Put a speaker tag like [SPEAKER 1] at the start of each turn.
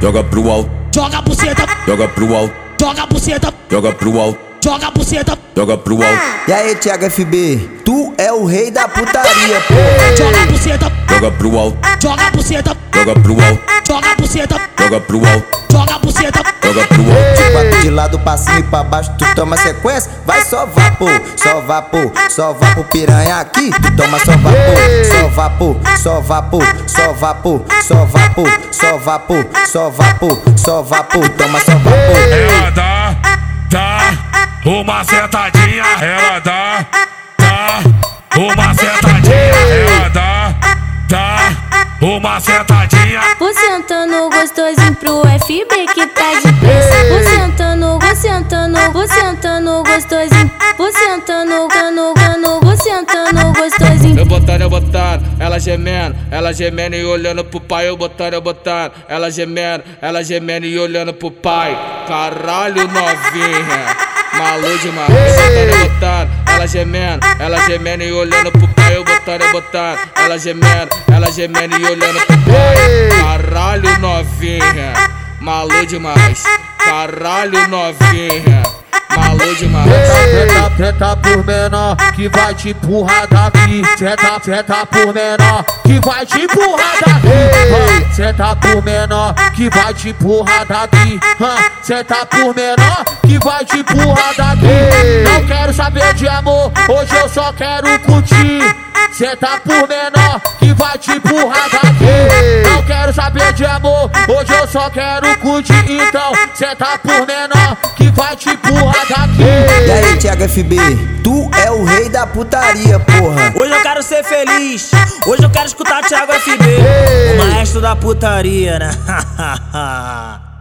[SPEAKER 1] joga pro alto,
[SPEAKER 2] joga a buceta,
[SPEAKER 1] joga pro alto,
[SPEAKER 2] joga a buceta,
[SPEAKER 1] joga pro alto,
[SPEAKER 2] joga a buceta,
[SPEAKER 1] joga pro alto,
[SPEAKER 3] E aí, Thiago FB, tu é o rei da putaria, pô.
[SPEAKER 2] joga a buceta,
[SPEAKER 1] joga pro alto,
[SPEAKER 2] joga a buceta,
[SPEAKER 1] joga pro alto,
[SPEAKER 2] joga a buceta,
[SPEAKER 1] joga pro alto,
[SPEAKER 2] joga a buceta.
[SPEAKER 1] joga pro alto.
[SPEAKER 3] De quatro de lado pra cima e pra baixo, tu toma sequência, vai só vapor, só vapor, só vapor piranha aqui, tu toma só vapor, só vapor, só vapor, só vapor, só vapor, só vapor, só vapor, só vapor, toma só vapor.
[SPEAKER 4] Ela dá, dá uma sentadinha. Ela dá, dá uma sentadinha. Ela dá, dá uma sentadinha.
[SPEAKER 5] Vou sentando gostosinho pro FB que tá de pressa. Vou sentando, vou sentando, vou sentando gostosinho. Vou sentando, cano, cano, vou sentando
[SPEAKER 6] Eu
[SPEAKER 5] gostosinho.
[SPEAKER 6] botando, eu botando, ela gemendo, ela gemendo e olhando pro pai. Eu botando, eu botando, ela gemendo, ela gemendo e olhando pro pai. Caralho, novinha, malu demais. Eu botando, eu botando, ela gemendo, ela gemendo e olhando pro pai. Eu botando, eu botando, ela gemendo, ela gemendo e olhando pro pai. Caralho, novinha, malu demais. Caralho, novinha, malu demais.
[SPEAKER 7] Senta, senta por menor que vai te empurrar daqui. Senta, senta por menor que vai te empurrar daqui. Hã, Senta por menor que vai te empurrar daqui. Hã, Senta por menor que vai te empurrar daqui. Não quero saber de amor, hoje eu só quero curtir. Senta por menor que vai te empurrar daqui. Não quero saber de amor, hoje eu só quero curtir. Então, senta por menor que vai te empurrar daqui.
[SPEAKER 3] E aí, Thiago FB, tu é o rei da putaria, porra.
[SPEAKER 8] Hoje eu quero ser feliz. Hoje eu quero escutar Thiago FB, o maestro da putaria, né?